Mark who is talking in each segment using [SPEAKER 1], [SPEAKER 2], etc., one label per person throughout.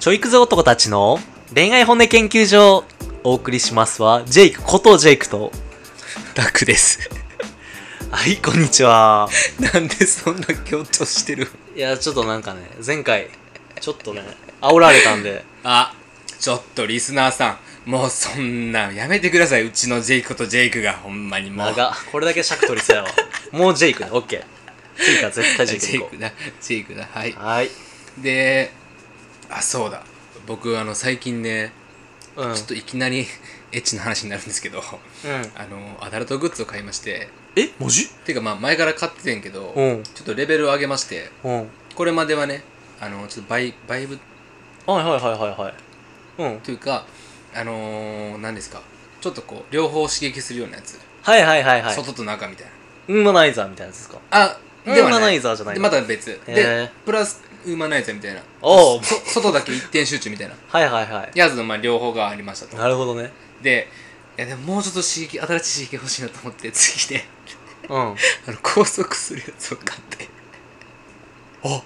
[SPEAKER 1] ちょいくず男たちの恋愛本音研究所をお送りしますは、ジェイクことジェイクと、
[SPEAKER 2] 楽です。
[SPEAKER 1] はい、こんにちは。
[SPEAKER 2] なんでそんな強調してる
[SPEAKER 1] いや、ちょっとなんかね、前回、ちょっとね、煽られたんで、
[SPEAKER 2] あ、ちょっとリスナーさん、もうそんなんやめてください。うちのジェイクとジェイクがほんまにもう。
[SPEAKER 1] 長っ、これだけ尺取りそうやわ。もうジェイクね、オッケー。次から絶対ジ
[SPEAKER 2] ジ
[SPEAKER 1] ェイクでい
[SPEAKER 2] ェイ
[SPEAKER 1] こ。。
[SPEAKER 2] クだ、ジェイクだ。はいう
[SPEAKER 1] はい。
[SPEAKER 2] で、あ、そうだ。僕、あの、最近ね、
[SPEAKER 1] うん。
[SPEAKER 2] ちょっといきなり エッチな話になるんですけど、
[SPEAKER 1] うん。
[SPEAKER 2] あの、アダルトグッズを買いまして、
[SPEAKER 1] え、マジ
[SPEAKER 2] ていうかまあ前から買っててんけど、
[SPEAKER 1] うん。
[SPEAKER 2] ちょっとレベルを上げまして、
[SPEAKER 1] うん。はい
[SPEAKER 2] これまではね、あの、ちょっとバイ、バイブ
[SPEAKER 1] はいはいはいはい。うん。
[SPEAKER 2] というか、あのー、何ですか、ちょっとこう、両方刺激するようなやつ。
[SPEAKER 1] はいはいはいはい。
[SPEAKER 2] 外と中みたいな。
[SPEAKER 1] ウーマナイザーみたいなやつですか。
[SPEAKER 2] あ、では
[SPEAKER 1] ウーマナ
[SPEAKER 2] ない。
[SPEAKER 1] イザーじゃない
[SPEAKER 2] で
[SPEAKER 1] の
[SPEAKER 2] また別。
[SPEAKER 1] へー
[SPEAKER 2] で、プラス、ウーマナイザーみたいな。
[SPEAKER 1] おう
[SPEAKER 2] そ外だけ一点集中みたいな。
[SPEAKER 1] はいはいはい。
[SPEAKER 2] やつの、まあ、両方がありましたと。
[SPEAKER 1] なるほどね。
[SPEAKER 2] で、いやでももうちょっと刺激、新しい刺激欲しいなと思って、次で、
[SPEAKER 1] うん。
[SPEAKER 2] あの、拘束するやつを買って。
[SPEAKER 1] あ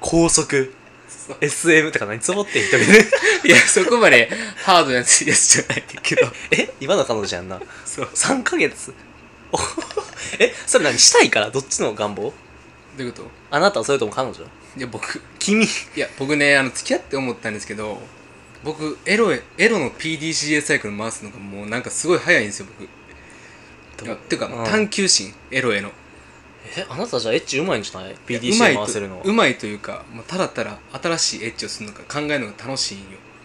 [SPEAKER 1] 高速
[SPEAKER 2] そう
[SPEAKER 1] SM とか何つぼってん一人 で
[SPEAKER 2] いや、そこまでハードなやつやつじゃないけど、
[SPEAKER 1] え今の彼女やんな
[SPEAKER 2] そう。
[SPEAKER 1] 3ヶ月おえそれ何したいからどっちの願望
[SPEAKER 2] どういうこと
[SPEAKER 1] あなたそれとも彼女
[SPEAKER 2] いや、僕、
[SPEAKER 1] 君
[SPEAKER 2] いや、僕ね、あの、付き合って思ったんですけど、僕、エロ、エロの PDCA サイクル回すのがもうなんかすごい早いんですよ、僕。いやていうか、
[SPEAKER 1] うん
[SPEAKER 2] 探求心、エロへの。
[SPEAKER 1] えあなたじゃあエッチうまいんじゃないう
[SPEAKER 2] まい
[SPEAKER 1] ?PDC
[SPEAKER 2] と
[SPEAKER 1] 回せるの
[SPEAKER 2] うまいというか、もうただただ新しいエッチをするのか考えるのが楽しいんよ。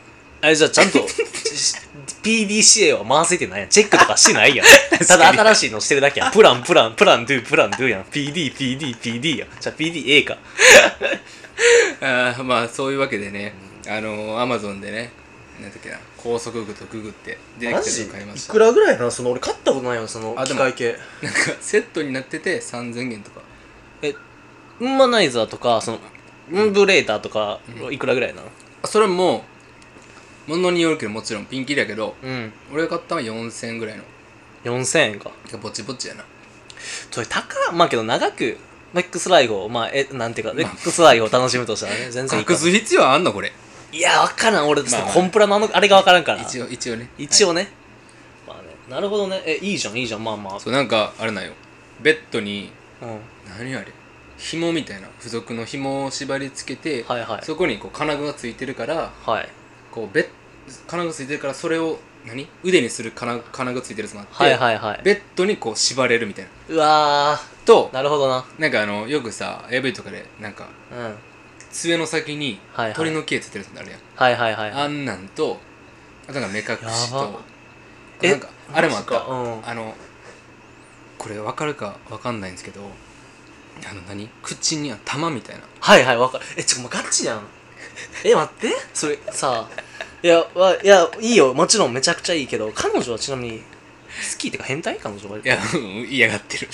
[SPEAKER 1] あれじゃあちゃんとし PDCA は回せてないやんチェックとかして ないやん
[SPEAKER 2] に
[SPEAKER 1] ただ新しいのしてるだけやんプランプランプランドゥプランドゥやん PDPDPD やんじゃあ PDA か
[SPEAKER 2] あーまあ、そういうわけでね、あのー、アマゾンでね、なんだっけな、高速具とググって出てきたのを買いました。
[SPEAKER 1] らぐらいやなその俺買ったことないよその
[SPEAKER 2] あでも
[SPEAKER 1] 系
[SPEAKER 2] なんか、セットになってて3000円とか。
[SPEAKER 1] ウーマナイザーとかそのウンブレーターとかいくらぐらいなの
[SPEAKER 2] それも、ものによるけどもちろんピンキリやけど、
[SPEAKER 1] うん
[SPEAKER 2] 俺が買ったのは4000円ぐらいの。
[SPEAKER 1] 4000円か
[SPEAKER 2] ぼちぼちやな。
[SPEAKER 1] それ高っまあけど長くマックスライフをまあえなんていうかマックスライフを楽しむとしたら ね全然いいか
[SPEAKER 2] 隠
[SPEAKER 1] も
[SPEAKER 2] す必要あんのこれ。
[SPEAKER 1] いやわからん俺ちょっ
[SPEAKER 2] まあ
[SPEAKER 1] と
[SPEAKER 2] まあ
[SPEAKER 1] コンプラのあのあれがわからんから
[SPEAKER 2] 一応、一応ね。
[SPEAKER 1] 一
[SPEAKER 2] はい
[SPEAKER 1] 応ねまあねなるほどねえいいじゃんいいじゃんまあま
[SPEAKER 2] そう、なんか、あれなんよ。ベッドに、
[SPEAKER 1] あうん
[SPEAKER 2] 何あれ紐みたいな付属の紐を縛り付けて、
[SPEAKER 1] はいはい
[SPEAKER 2] そこにこう金具がついてるから
[SPEAKER 1] はい
[SPEAKER 2] こうベッ金具ついてるからそれを何腕にする金具金具ついてるやつもあって、
[SPEAKER 1] はいはいはい
[SPEAKER 2] ベッドにこう縛れるみたいな
[SPEAKER 1] うわ
[SPEAKER 2] と
[SPEAKER 1] ーなるほどな
[SPEAKER 2] なんかあのよくさ AV とかでなんか
[SPEAKER 1] うん
[SPEAKER 2] 杖の先に
[SPEAKER 1] はいはい
[SPEAKER 2] 鳥の毛ついてるやつあるやん、
[SPEAKER 1] はいはいはい
[SPEAKER 2] あんなんとあとなんか目隠し
[SPEAKER 1] や
[SPEAKER 2] と
[SPEAKER 1] ばえ
[SPEAKER 2] なんかあれもあった
[SPEAKER 1] マジかうん
[SPEAKER 2] あのこれ分かるか分かんないんですけどあの何口には玉みたいな
[SPEAKER 1] はいはいわかるえちょもうガチやんえ待ってそれさいやわいやいいよもちろんめちゃくちゃいいけど彼女はちなみに好きってか変態彼女はい
[SPEAKER 2] やうん嫌がってる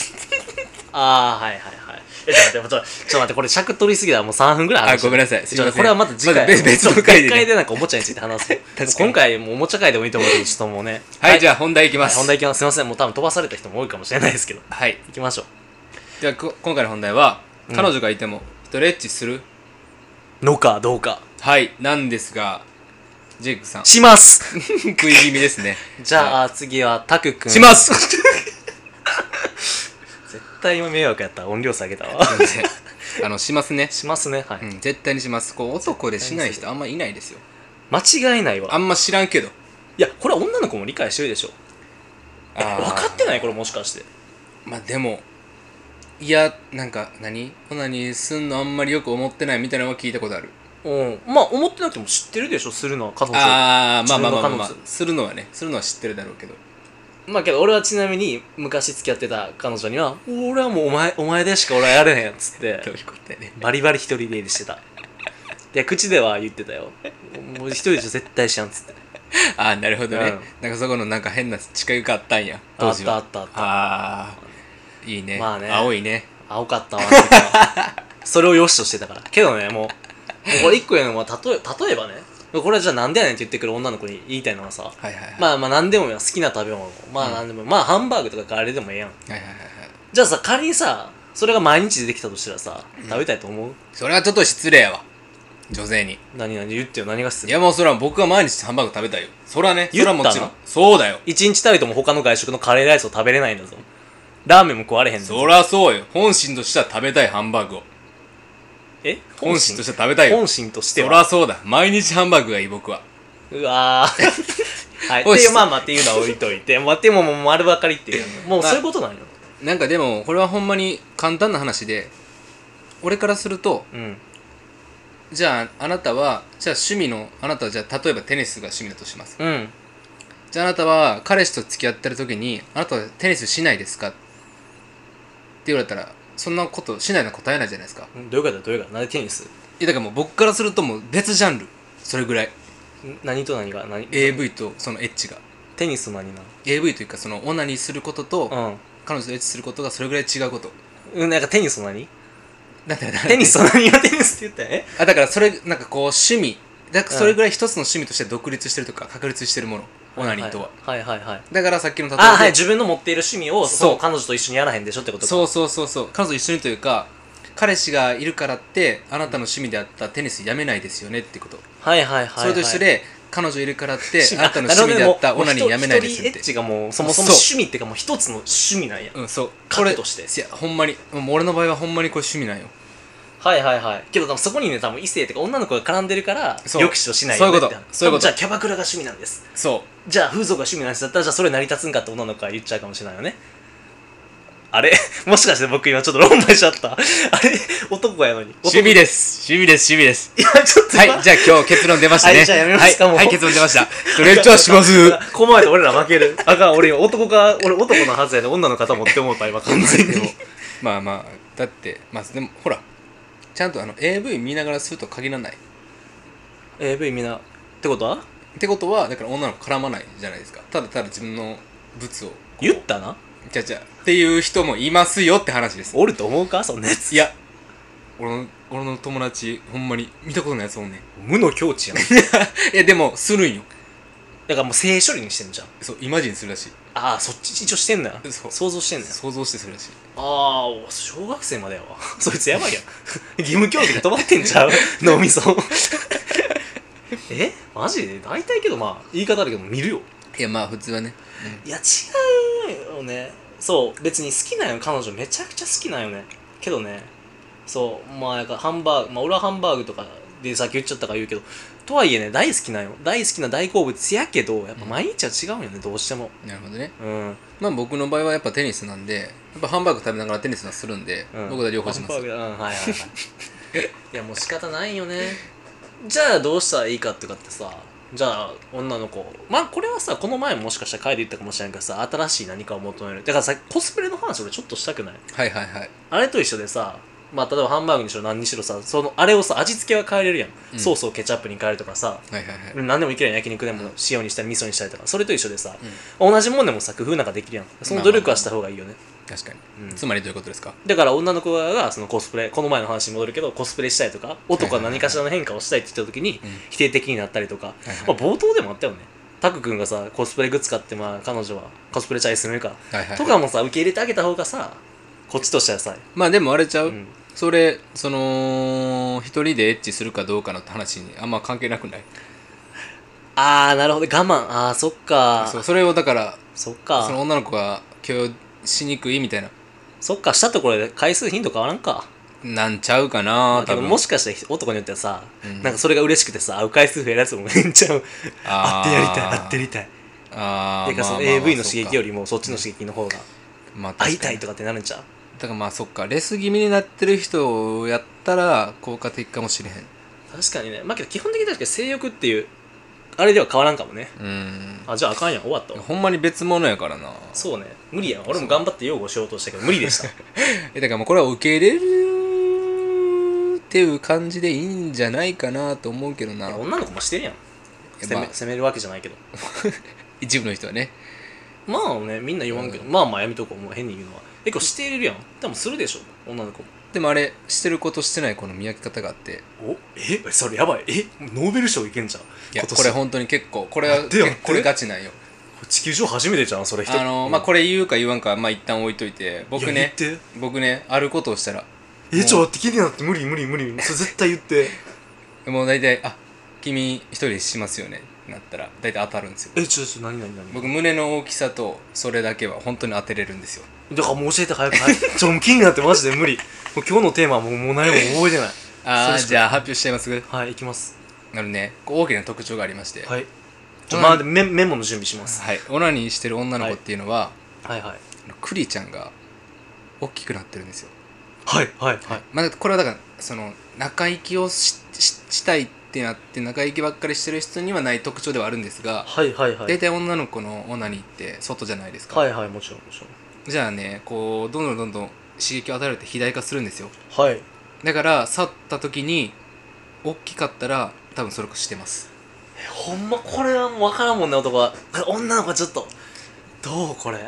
[SPEAKER 1] ああはいはいはいえちょっと待ってちょっと待ってこれ尺取りすぎだもう3分ぐらい話
[SPEAKER 2] あごめんなさい
[SPEAKER 1] ち
[SPEAKER 2] す
[SPEAKER 1] ょ
[SPEAKER 2] い
[SPEAKER 1] っと待ってこ
[SPEAKER 2] ません
[SPEAKER 1] れはまた次回
[SPEAKER 2] まず別別の回でね
[SPEAKER 1] 別回でなんかおもちゃについて話そう
[SPEAKER 2] かに
[SPEAKER 1] 今回もうおもちゃ回でもいいと思うけどちょっともうね
[SPEAKER 2] はいじゃあ本題いきます
[SPEAKER 1] 本題いきますすいませんもう多分飛ばされた人も多いかもしれないですけど
[SPEAKER 2] はい
[SPEAKER 1] 行きましょう
[SPEAKER 2] ではこ今回の本題は
[SPEAKER 1] うん
[SPEAKER 2] 彼女がいてもストレッチする、
[SPEAKER 1] のかどうか
[SPEAKER 2] はいなんですがジェイクさん
[SPEAKER 1] します
[SPEAKER 2] 食い気味ですね
[SPEAKER 1] じゃあ、次はタクくん
[SPEAKER 2] します
[SPEAKER 1] 絶対今迷惑やった音量下げたわ
[SPEAKER 2] すいません あのしますね、
[SPEAKER 1] しますねはい、
[SPEAKER 2] うん、絶対にしますこう男でしない人あんまいないですよ
[SPEAKER 1] 間違いないわ
[SPEAKER 2] あんま知らんけど
[SPEAKER 1] いやこれは女の子も理解してるでしょ
[SPEAKER 2] 分
[SPEAKER 1] え分かってないこれもしかして
[SPEAKER 2] まあでもいやなんか何オナニーすんのあんまりよく思ってないみたいなのは聞いたことある
[SPEAKER 1] うんまあ思ってなくても知ってるでしょするのは彼女
[SPEAKER 2] ああまあまあまあまあ、ま
[SPEAKER 1] 自分
[SPEAKER 2] あ
[SPEAKER 1] の彼女、
[SPEAKER 2] するのはねするのは知ってるだろうけど
[SPEAKER 1] まあけど俺はちなみに昔付き合ってた彼女には俺はもうお前お前でしか俺はやれへんっつって
[SPEAKER 2] どういうことやね
[SPEAKER 1] バリバリ一人で入りしてたいや口では言ってたよもう一人でしょ絶対しやんっつって
[SPEAKER 2] ああなるほどね、
[SPEAKER 1] うん
[SPEAKER 2] なんかそこのなんか変な近いがあったんや
[SPEAKER 1] あ
[SPEAKER 2] 当
[SPEAKER 1] っ
[SPEAKER 2] 時
[SPEAKER 1] た
[SPEAKER 2] は
[SPEAKER 1] あったあった
[SPEAKER 2] ああいいね,、
[SPEAKER 1] まあね
[SPEAKER 2] 青いね
[SPEAKER 1] 青かったわあの時は それを良しとしてたからけどねもうもうこれ一個言うのは例え例えばねこれはじゃあなんでやねんって言ってくる女の子に言いたいのはさ
[SPEAKER 2] はいはいはい、
[SPEAKER 1] まあまあ何でもいいわ好きな食べ物まあ何でもいい、まあハンバーグとかカレーでもええやん
[SPEAKER 2] はいはいはいはい
[SPEAKER 1] じゃあさ仮にさそれが毎日出てきたとしたらさ食べたいと思う、
[SPEAKER 2] それはちょっと失礼やわ女性に
[SPEAKER 1] 何何言ってよ何がす
[SPEAKER 2] いやもうそら僕は毎日ハンバーグ食べたいよそらねそらもちろ
[SPEAKER 1] 言
[SPEAKER 2] ん
[SPEAKER 1] った
[SPEAKER 2] そうだよ
[SPEAKER 1] 一日たりとも他の外食のカレーライスを食べれないんだぞラーメンも食われへんぞ
[SPEAKER 2] そらそうよ本心としては食べたいハンバーグを
[SPEAKER 1] え
[SPEAKER 2] 本心としては食べたいよ
[SPEAKER 1] 本心として
[SPEAKER 2] そ
[SPEAKER 1] は
[SPEAKER 2] らそうだ毎日ハンバーグがいい僕は
[SPEAKER 1] うわー はい、って
[SPEAKER 2] 本心
[SPEAKER 1] いうまあまあっていうのは置いといて、まあ、でももう丸ばかりっていうもうそういうことなんよ、
[SPEAKER 2] なんかでもこれはほんまに簡単な話で俺からすると
[SPEAKER 1] うん
[SPEAKER 2] じゃああなたはじゃあ趣味のあなたはじゃあ例えばテニスが趣味だとします
[SPEAKER 1] うん
[SPEAKER 2] じゃああなたは彼氏と付き合ってる時にあなたはテニスしないですかって言われたらそんなことしないの答えないじゃないですか
[SPEAKER 1] どういうことどういうことなんでテニス
[SPEAKER 2] いやだからもう僕からするともう別ジャンルそれぐらい
[SPEAKER 1] ん何と何が何
[SPEAKER 2] AV とそのエッチが
[SPEAKER 1] テニスと何な
[SPEAKER 2] AV というかそのオナニーすることと
[SPEAKER 1] の
[SPEAKER 2] 彼女とエッチすることがそれぐらい違うこと
[SPEAKER 1] うんうんなんかテニスと何
[SPEAKER 2] だって
[SPEAKER 1] テニスと何がテニスって言ったよえ
[SPEAKER 2] あだからそれなんかこう趣味だからそれぐらい一つの趣味として独立してるとか確立してるものオナニーとは、
[SPEAKER 1] はいはいはい
[SPEAKER 2] だからさっきの例えで
[SPEAKER 1] あはい自分の持っている趣味を
[SPEAKER 2] そう
[SPEAKER 1] そう彼女と一緒にやらへんでしょってことか
[SPEAKER 2] そうそうそうそう彼女一緒にというか彼氏がいるからってあなたの趣味であったテニスやめないですよねってこと、
[SPEAKER 1] はいはいはい、はい、
[SPEAKER 2] それと一緒で彼女いるからってあなたの
[SPEAKER 1] るほどね
[SPEAKER 2] 趣味であった
[SPEAKER 1] もう
[SPEAKER 2] オナニーやめないです
[SPEAKER 1] もう一
[SPEAKER 2] っ
[SPEAKER 1] 人
[SPEAKER 2] て
[SPEAKER 1] エッチがもうそもそも
[SPEAKER 2] そう
[SPEAKER 1] 趣味っていうかもう一つの趣味なんや、
[SPEAKER 2] うんそうこ
[SPEAKER 1] 核
[SPEAKER 2] れ
[SPEAKER 1] として
[SPEAKER 2] いやほんまにもう俺の場合はほんまにこれ趣味なんよ
[SPEAKER 1] はいはいはいけど多分そこにね多分異性とか女の子が絡んでるから
[SPEAKER 2] そう
[SPEAKER 1] 抑止をしないよねって
[SPEAKER 2] そういうことそういう
[SPEAKER 1] 多
[SPEAKER 2] こと
[SPEAKER 1] 分じゃあキャバクラが趣味なんです
[SPEAKER 2] そ
[SPEAKER 1] じゃあ風俗が趣味なんですだったらじゃあそれ成り立つんかって女の子は言っちゃうかもしれないよねあれもしかして僕今ちょっと論破しちゃったあれ男やのに
[SPEAKER 2] う趣味です趣味です趣味です
[SPEAKER 1] いやちょっと
[SPEAKER 2] は
[SPEAKER 1] 今
[SPEAKER 2] い、じゃあ今日結論出ましたね。
[SPEAKER 1] はいじゃあやめますか
[SPEAKER 2] はい
[SPEAKER 1] もう
[SPEAKER 2] はい、結論出ました。それじゃあします。
[SPEAKER 1] この前と俺ら負ける。あかん、俺今男が、俺男のはずやで女の方持ってもうた、今完全 に。
[SPEAKER 2] まあまあ、だって、まあでもほら、ちゃんとあの AV 見ながらすると限らない。っ
[SPEAKER 1] AV みんな、ってことは
[SPEAKER 2] てことは、だから女の子絡まないじゃないですか。ただただ自分のブツを。
[SPEAKER 1] 言ったな
[SPEAKER 2] じゃじゃっていう人もいますよって話です。
[SPEAKER 1] おると思うかそんなやつ。
[SPEAKER 2] いや、俺の、俺の友達、ほんまに見たことないやつおんねん。
[SPEAKER 1] 無の境 地やん。
[SPEAKER 2] いや、でも、するんよ。
[SPEAKER 1] だからもう性処理にしてんじゃん。
[SPEAKER 2] そう、イマジンするらしい。
[SPEAKER 1] ああ、そっち一応してんだよ。
[SPEAKER 2] そう
[SPEAKER 1] 想像してんだよ。
[SPEAKER 2] 想像してするらしい。
[SPEAKER 1] ああ、小学生までや わ。そいつやばいやん。義務教育で止まってんちゃう脳みそ。 えマジで大体けどまあ、言い方あるけど見るよ。
[SPEAKER 2] いや、まあ普通はね。
[SPEAKER 1] いや違うよねそう別に好きなんよ彼女めちゃくちゃ好きなんよねけどねそうまあなんかハンバーグまあ俺はハンバーグとかでさっき言っちゃったから言うけどとはいえね大好きなんよ大好きな大好物やけどやっぱ毎日は違うんよね、どうしても
[SPEAKER 2] なるほどね。
[SPEAKER 1] うん
[SPEAKER 2] まあ僕の場合はやっぱテニスなんで、やっぱハンバーグ食べながらテニスはするんで、
[SPEAKER 1] うん
[SPEAKER 2] 僕は両方しま
[SPEAKER 1] ハンバー
[SPEAKER 2] す。
[SPEAKER 1] グうんはいは いはいいやもう仕方ないよねじゃあどうしたらいいかってかってさじゃあ女の子まあこれはさこの前もしかしたら帰で言ったかもしれないけどさ新しい何かを求めるだからさコスプレの話俺ちょっとしたくない
[SPEAKER 2] はいはいはい。
[SPEAKER 1] あれと一緒でさまあ例えばハンバーグにしろ何にしろさそのあれをさ味付けは変えれるやん、
[SPEAKER 2] うん
[SPEAKER 1] ソースをケチャップに変えるとかさ
[SPEAKER 2] はいはいはい。
[SPEAKER 1] 何でもいけるやん焼肉でも塩にしたり味噌にしたりとかそれと一緒でさ、同じもんでもさ工夫なんかできるやんその努力はした方がいいよね、
[SPEAKER 2] 確かに。
[SPEAKER 1] うん
[SPEAKER 2] つまりどういうことですか
[SPEAKER 1] だから女の子側がそのコスプレこの前の話に戻るけどコスプレしたいとか男は何かしらの変化をしたいって言った時に
[SPEAKER 2] うん
[SPEAKER 1] 否定的になったりとか、
[SPEAKER 2] はい
[SPEAKER 1] まあ、冒頭でもあったよねタク君がさコスプレグッズ買ってまあ彼女はコスプレチャイするか
[SPEAKER 2] はいはい。
[SPEAKER 1] とかもさ受け入れてあげた方がさこっちとしてはさ、
[SPEAKER 2] まあでもあれちゃ
[SPEAKER 1] う
[SPEAKER 2] う、
[SPEAKER 1] ん、
[SPEAKER 2] それ、その、一人でエッチするかどうかの話にあんま関係なくない
[SPEAKER 1] ああなるほど我慢ああそっか
[SPEAKER 2] そ
[SPEAKER 1] そう
[SPEAKER 2] それをだから、
[SPEAKER 1] っか
[SPEAKER 2] その女の子が許容しにくいみたいな、
[SPEAKER 1] そっかしたところで回数頻度変わらんか
[SPEAKER 2] なんちゃうかな
[SPEAKER 1] け
[SPEAKER 2] 多
[SPEAKER 1] ど
[SPEAKER 2] 分。
[SPEAKER 1] もしかして男によってはさ、
[SPEAKER 2] うん
[SPEAKER 1] なんかそれが嬉しくてさ会う回数増えるやつもめっちゃう会
[SPEAKER 2] あ
[SPEAKER 1] っ
[SPEAKER 2] ー
[SPEAKER 1] てやりたい会ってやりたい
[SPEAKER 2] あー
[SPEAKER 1] だからそ
[SPEAKER 2] まあ
[SPEAKER 1] の
[SPEAKER 2] まあまあ
[SPEAKER 1] AV の刺激よ
[SPEAKER 2] り、
[SPEAKER 1] りもそっちの刺激の方が
[SPEAKER 2] まあ、
[SPEAKER 1] 会いたいと
[SPEAKER 2] か
[SPEAKER 1] かってなるんちゃう
[SPEAKER 2] に。だからまあそっか、レス気味になってる人をやったら効果的かもしれへん。
[SPEAKER 1] 確かにねまあけど基本的に確かに性欲っていうあれでは変わらんかもね
[SPEAKER 2] うん。
[SPEAKER 1] あじゃああかんやん終わったわ
[SPEAKER 2] ほんまに別物やからな
[SPEAKER 1] そうね無理やん俺も頑張って擁護しようとしたけど無理でした
[SPEAKER 2] えだからもうこれは受け入れるっていう感じでいいんじゃないかなと思うけどない
[SPEAKER 1] や女の子もしてるやん責め
[SPEAKER 2] まあ
[SPEAKER 1] 責めるわけじゃないけど
[SPEAKER 2] 一部の人はね
[SPEAKER 1] まあねみんな言わんけど、まあまあやめとこうもう変に言うのは結構してるやんでもするでしょ女の子も
[SPEAKER 2] でもあれしてることしてない子の見分け方があって
[SPEAKER 1] おえそれやばいえノーベル賞いけんじゃん
[SPEAKER 2] いや
[SPEAKER 1] 今年
[SPEAKER 2] これ本当に結構これは
[SPEAKER 1] 待ってよ
[SPEAKER 2] 結構
[SPEAKER 1] これ
[SPEAKER 2] ガチなんよ
[SPEAKER 1] 地球上初めてじゃんそれ人
[SPEAKER 2] あのまあこれ言うか言わんかはまあ一旦置いといて僕
[SPEAKER 1] いや
[SPEAKER 2] ね
[SPEAKER 1] 言って
[SPEAKER 2] 僕ねあることをしたら
[SPEAKER 1] えちょっと待って気になって無理無理無理それ絶対言って
[SPEAKER 2] でもう大体「あ君一人しますよね」ってなったら大体当たるんですよ
[SPEAKER 1] えちょっと何何何
[SPEAKER 2] 僕胸の大きさとそれだけは本当に当てれるんですよ
[SPEAKER 1] だからもう教えて早く ないちょもう気になってマジで無理もう今日のテーマはもうもう何も覚えてないそう
[SPEAKER 2] ああ
[SPEAKER 1] ですか
[SPEAKER 2] じゃあ発表しちゃいます
[SPEAKER 1] はい行きます
[SPEAKER 2] あのねこう大きな特徴がありまして、
[SPEAKER 1] はいちょ
[SPEAKER 2] うん
[SPEAKER 1] まあでメメモの準備します
[SPEAKER 2] はい、オナニーしてる女の子っていうのは、
[SPEAKER 1] はいはい
[SPEAKER 2] あのクリちゃんが大きくなってるんですよ、
[SPEAKER 1] はいはいはい
[SPEAKER 2] まあ、これはだからその中行きをしししたいってなって中行きばっかりしてる人にはない特徴ではあるんですが、
[SPEAKER 1] はいはいはい
[SPEAKER 2] 大体女の子のオナニーって外じゃないですか、
[SPEAKER 1] はいはいもちろんもち
[SPEAKER 2] じゃあねこうどんどんどんどん刺激を与えられて肥大化するんですよ
[SPEAKER 1] ろんはい
[SPEAKER 2] だから去った時に大きかったら多分それこそしてます
[SPEAKER 1] えほんまこれはもう分からんもんね男はこれ女の子はちょっとどうこれ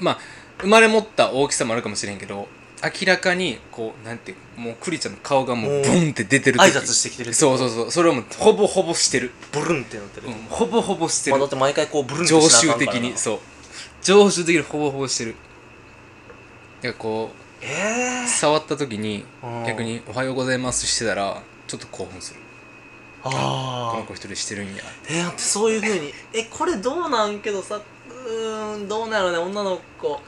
[SPEAKER 2] まあ生まれ持った大きさもあるかもしれんけど明らかにこうなんていうもうクリちゃんの顔がも
[SPEAKER 1] もう
[SPEAKER 2] うボンって出てる
[SPEAKER 1] 挨拶してきてる
[SPEAKER 2] そうそうそうそれをもうほぼほぼしてる、
[SPEAKER 1] ブルンってなってる、
[SPEAKER 2] うん、ほぼほぼして
[SPEAKER 1] まあ、
[SPEAKER 2] る
[SPEAKER 1] だって毎回こうブルンって
[SPEAKER 2] 常
[SPEAKER 1] しな
[SPEAKER 2] 習
[SPEAKER 1] あかん
[SPEAKER 2] 的
[SPEAKER 1] からな
[SPEAKER 2] にそう常習的にほぼほぼしてるだからこう
[SPEAKER 1] ええ
[SPEAKER 2] 触った時に
[SPEAKER 1] うん
[SPEAKER 2] 逆に「おはようございます」してたらちょっと興奮するこ
[SPEAKER 1] あ
[SPEAKER 2] の
[SPEAKER 1] あ
[SPEAKER 2] 子一人してるんや
[SPEAKER 1] えだってそういうふうにえこれどうなんけどさうーんどうなのね女の子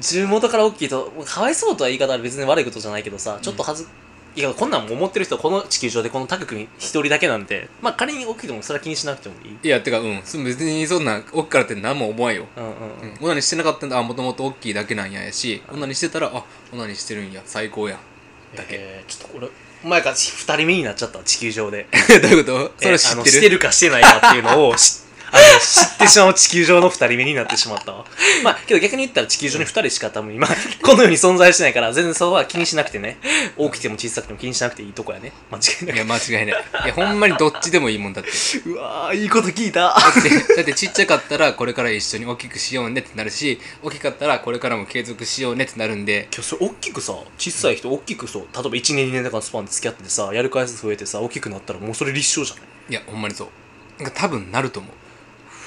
[SPEAKER 1] 重元から大きいとかわいそうとは言い方は別に悪いことじゃないけどさちょっとはず、いやこんなんも思ってる人この地球上でこのタク君一人だけなんてまあ仮に大きいともそれは気にしなくてもいい
[SPEAKER 2] いやてかうんそ別にそんな大きからって何も思わんよ
[SPEAKER 1] うんうんうん
[SPEAKER 2] オナニーしてなかったんだあもともと大きいだけなんややしオナニーしてたらあオナニーしてるんや 最高やだけ、
[SPEAKER 1] えーちょっと俺前から2人目になっちゃった地球上 で
[SPEAKER 2] どういうことそれ知
[SPEAKER 1] えーあの
[SPEAKER 2] っ
[SPEAKER 1] してて
[SPEAKER 2] る
[SPEAKER 1] るかしてないかっていうの をしあの知ってしまう地球上の2人目になってしまったわまあけど逆に言ったら地球上に2人しか多 分今この世に存在してないから全然そこは気にしなくてね大きくても小さくても気にしなくていいとこやね間違いないく
[SPEAKER 2] や間違いないいやほんまにどっちでもいいもん だって
[SPEAKER 1] うわーいいこと聞いた
[SPEAKER 2] だってだってちっちゃかったらこれから一緒に大きくしようねってなるし大きかったらこれからも継続しようねってなるんで
[SPEAKER 1] 今日それ大きくさ小さい人大きくそう例えば1年2年とかのスパンで付き合っててさやる回数増えてさ大きくなったらもうそれ立証じゃない
[SPEAKER 2] いやほんまにそうなんか多分なると思う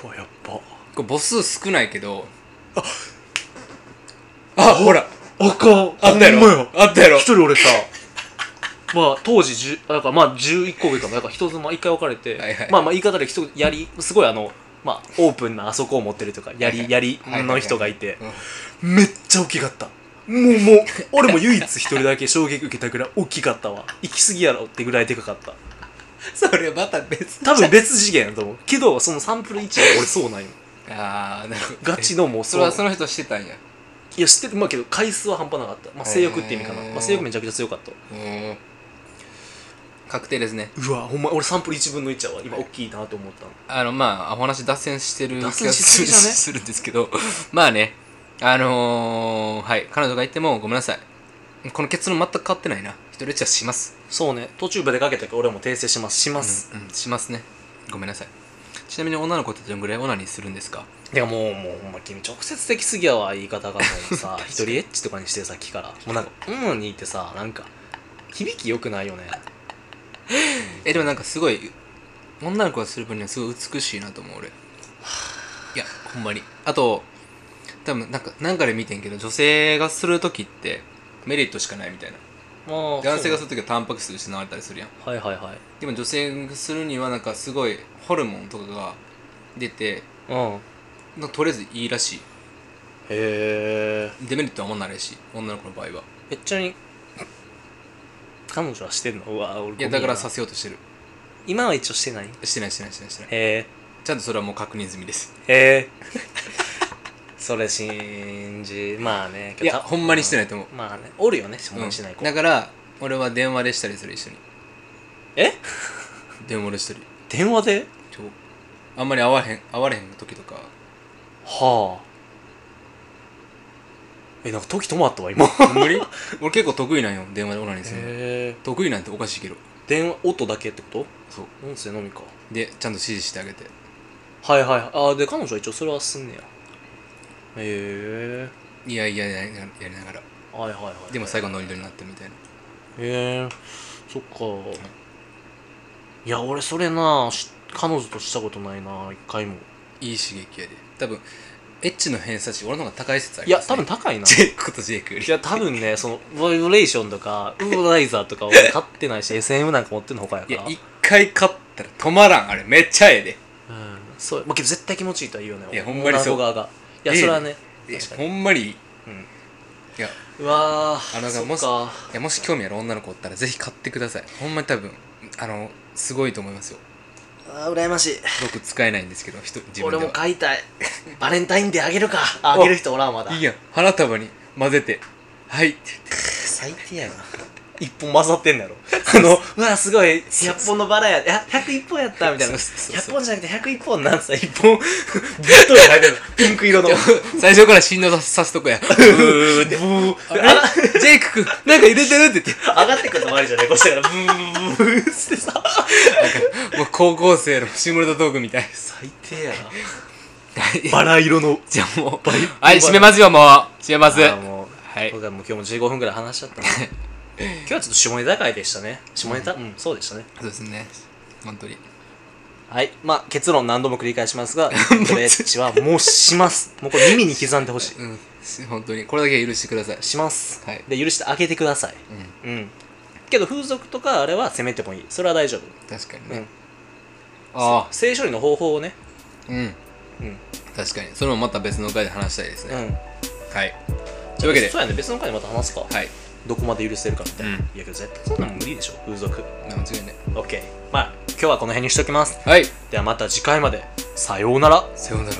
[SPEAKER 1] うわやっぱ
[SPEAKER 2] これ母数少ないけどああほら
[SPEAKER 1] あか
[SPEAKER 2] あったやろ
[SPEAKER 1] ほんまや
[SPEAKER 2] あったやろ
[SPEAKER 1] 一人俺さまあ当時10だからまあ11個上かもだから人妻一回別れて
[SPEAKER 2] はいはい
[SPEAKER 1] まあまあ言い方で人やりすごいあのまあオープンなあそこを持ってるというかや
[SPEAKER 2] はいは
[SPEAKER 1] り
[SPEAKER 2] い
[SPEAKER 1] やり
[SPEAKER 2] はいはい
[SPEAKER 1] の人がいて
[SPEAKER 2] うん
[SPEAKER 1] めっちゃ大きかったもうもう俺も唯一一人だけ衝撃受けたぐらい大きかったわ行き過ぎやろってぐらいでかかった
[SPEAKER 2] それまた別
[SPEAKER 1] 多分別次元だと思うけどそのサンプル1は俺そうなんよ
[SPEAKER 2] ああなるほど
[SPEAKER 1] ガチのもう
[SPEAKER 2] そうれはその人してたんや
[SPEAKER 1] いや知ってるまあけど回数は半端なかった、まあ、性欲って意味かな、
[SPEAKER 2] へー
[SPEAKER 1] まあ、性欲めちゃくちゃ強かった
[SPEAKER 2] うん確定ですね
[SPEAKER 1] うわほんま俺サンプル1分の1やわ今大きいなと思ったの
[SPEAKER 2] あのまあお話脱線してる気が
[SPEAKER 1] 脱
[SPEAKER 2] す
[SPEAKER 1] 線しすぎ
[SPEAKER 2] る
[SPEAKER 1] じゃね
[SPEAKER 2] するんですけどまあねあのー、はい彼女が言ってもごめんなさいこの結論全く変わってないな一人エッチはします
[SPEAKER 1] そうね途中までかけたから俺も訂正しますします、
[SPEAKER 2] うん、うん、しますねごめんなさいちなみに女の子ってどんぐらいオナニーするんですか
[SPEAKER 1] てかもうもうほんま君直接的すぎやわ言い方がもう さ一人エッチとかにしてさっきからもうなんか「うん」にってさなんか響き良くないよ ね
[SPEAKER 2] えでもなんかすごい女の子がする分にはすごい美しいなと思う俺いやほんまにあと多分なんかなんかで見てんけど女性がする時ってメリットしかないみたいな
[SPEAKER 1] まあ
[SPEAKER 2] 男性がす
[SPEAKER 1] そ
[SPEAKER 2] る時はタンパク質失われたりするやん
[SPEAKER 1] うはいはいはい
[SPEAKER 2] でも女性がするにはなんかすごいホルモンとかが出て
[SPEAKER 1] うんへ
[SPEAKER 2] なんかとりあえずいいらし
[SPEAKER 1] え
[SPEAKER 2] いデメリットはあんまないらしい女の子の場合は
[SPEAKER 1] めっちゃに彼女はしてんのうわ俺
[SPEAKER 2] いや
[SPEAKER 1] ゴミな
[SPEAKER 2] だからさせようとしてる
[SPEAKER 1] 今は一応してない
[SPEAKER 2] してないしてないしてないしてない
[SPEAKER 1] へ
[SPEAKER 2] ちゃんとそれはもう確認済みです
[SPEAKER 1] えへえ それ信じまあね
[SPEAKER 2] いやほんまにしてないいと思う
[SPEAKER 1] まあねおるよねほんまにしてない
[SPEAKER 2] うん
[SPEAKER 1] 子、
[SPEAKER 2] だから俺は電話でしたりする一緒に
[SPEAKER 1] え
[SPEAKER 2] 電話でしたり
[SPEAKER 1] 電話で
[SPEAKER 2] そうあんまり会わへん会われへん時と か
[SPEAKER 1] はあえなんか時止まったわ今へ
[SPEAKER 2] 無理俺結構得意なんよ電話でオナニーするの
[SPEAKER 1] え
[SPEAKER 2] 得意なんておかしいけど
[SPEAKER 1] 電話音だけってこと
[SPEAKER 2] そう
[SPEAKER 1] 音声のみか
[SPEAKER 2] でちゃんと指示してあげて
[SPEAKER 1] はいはいあーで彼女は一応それはすんねやへ
[SPEAKER 2] いやいややりながらやりながら
[SPEAKER 1] えはいはいはい
[SPEAKER 2] でも最後ノリノリになってるみたいな
[SPEAKER 1] へえそっか、いや俺それなし彼女としたことないな一回も
[SPEAKER 2] いい刺激やで多分エッチの偏差値俺の方が高い説あ
[SPEAKER 1] い
[SPEAKER 2] りま
[SPEAKER 1] や
[SPEAKER 2] す、
[SPEAKER 1] 多
[SPEAKER 2] ね、
[SPEAKER 1] 分高 いな
[SPEAKER 2] ジェイクとジェイクより
[SPEAKER 1] いや多分ねそのバイブレーションとかウーライザーとか俺買って ないし SM なんか持ってんのほかや
[SPEAKER 2] い
[SPEAKER 1] か
[SPEAKER 2] や
[SPEAKER 1] ら
[SPEAKER 2] 一回勝ったら止まらんあれめっちゃええで
[SPEAKER 1] うんそうまあけど絶対気持ちいいとは言うよね
[SPEAKER 2] いやほんまにそう
[SPEAKER 1] 女の子側がいや
[SPEAKER 2] ええ
[SPEAKER 1] それはね
[SPEAKER 2] いや
[SPEAKER 1] 確かに
[SPEAKER 2] ほんまにいい
[SPEAKER 1] うん
[SPEAKER 2] いや
[SPEAKER 1] うわー
[SPEAKER 2] あの
[SPEAKER 1] そ
[SPEAKER 2] も
[SPEAKER 1] っ
[SPEAKER 2] し
[SPEAKER 1] か
[SPEAKER 2] いやもし興味ある女の子おったらぜひ買ってくださいほんまに多分あのすごいと思いますよ
[SPEAKER 1] あー羨ましい
[SPEAKER 2] 僕使えないんですけど人自分で
[SPEAKER 1] 俺
[SPEAKER 2] は
[SPEAKER 1] も買い たいバレンタインデーあげるかああげる人おらんまだ
[SPEAKER 2] いいやん花束に混ぜてはい って
[SPEAKER 1] 最低やな一本混ざってんのやろあのうわすごい100本のバラやいや101本やったみたいな
[SPEAKER 2] そうそうそ
[SPEAKER 1] 100
[SPEAKER 2] う
[SPEAKER 1] 本じゃなくて101本なんすか1本 ぶっとい入るピンク色の
[SPEAKER 2] 最初から振動ささすと こ や
[SPEAKER 1] ブーってブー
[SPEAKER 2] あれジェイク君なんか入れてるって言って
[SPEAKER 1] 上がってくるのもあるじゃないこうしたからブーブーブーってさ
[SPEAKER 2] もう高校生の下ネタトークみたいです
[SPEAKER 1] 最低やな
[SPEAKER 2] は
[SPEAKER 1] バラ色の
[SPEAKER 2] いじゃあもうはい閉めますよもう閉めます
[SPEAKER 1] あーもう
[SPEAKER 2] はい
[SPEAKER 1] 僕はもう今日も15分ぐらい話しちゃ ったな今日はちょっと下ネタ会でしたね下ネタうんそうでしたね
[SPEAKER 2] そうですね本当に
[SPEAKER 1] はい。まあ、結論何度も繰り返します が、これエッチはもうします。もうこれ耳に刻んでほしい。
[SPEAKER 2] うん本当にこれだけは許してください
[SPEAKER 1] します。
[SPEAKER 2] はい
[SPEAKER 1] で、許してあげてください。
[SPEAKER 2] うん
[SPEAKER 1] うん。けど、風俗とかあれは責めてもいい。それは大丈夫。
[SPEAKER 2] 確かに
[SPEAKER 1] う
[SPEAKER 2] ね
[SPEAKER 1] ん。
[SPEAKER 2] ああ
[SPEAKER 1] 性処理の方法をね。
[SPEAKER 2] うん
[SPEAKER 1] うん。
[SPEAKER 2] 確かにそれもまた別の回で話したいです
[SPEAKER 1] う
[SPEAKER 2] ね、
[SPEAKER 1] ん。
[SPEAKER 2] はいというわけで
[SPEAKER 1] そうやね。別の回でまた話すか。
[SPEAKER 2] はい
[SPEAKER 1] どこまで許せるかみたいな。
[SPEAKER 2] うん
[SPEAKER 1] いや、けど絶対そんなの無理でしょ。風俗。
[SPEAKER 2] 間違いない
[SPEAKER 1] OK。まあ、今日はこの辺にしときます。
[SPEAKER 2] はい
[SPEAKER 1] ではまた次回まで。さようなら。
[SPEAKER 2] さようなら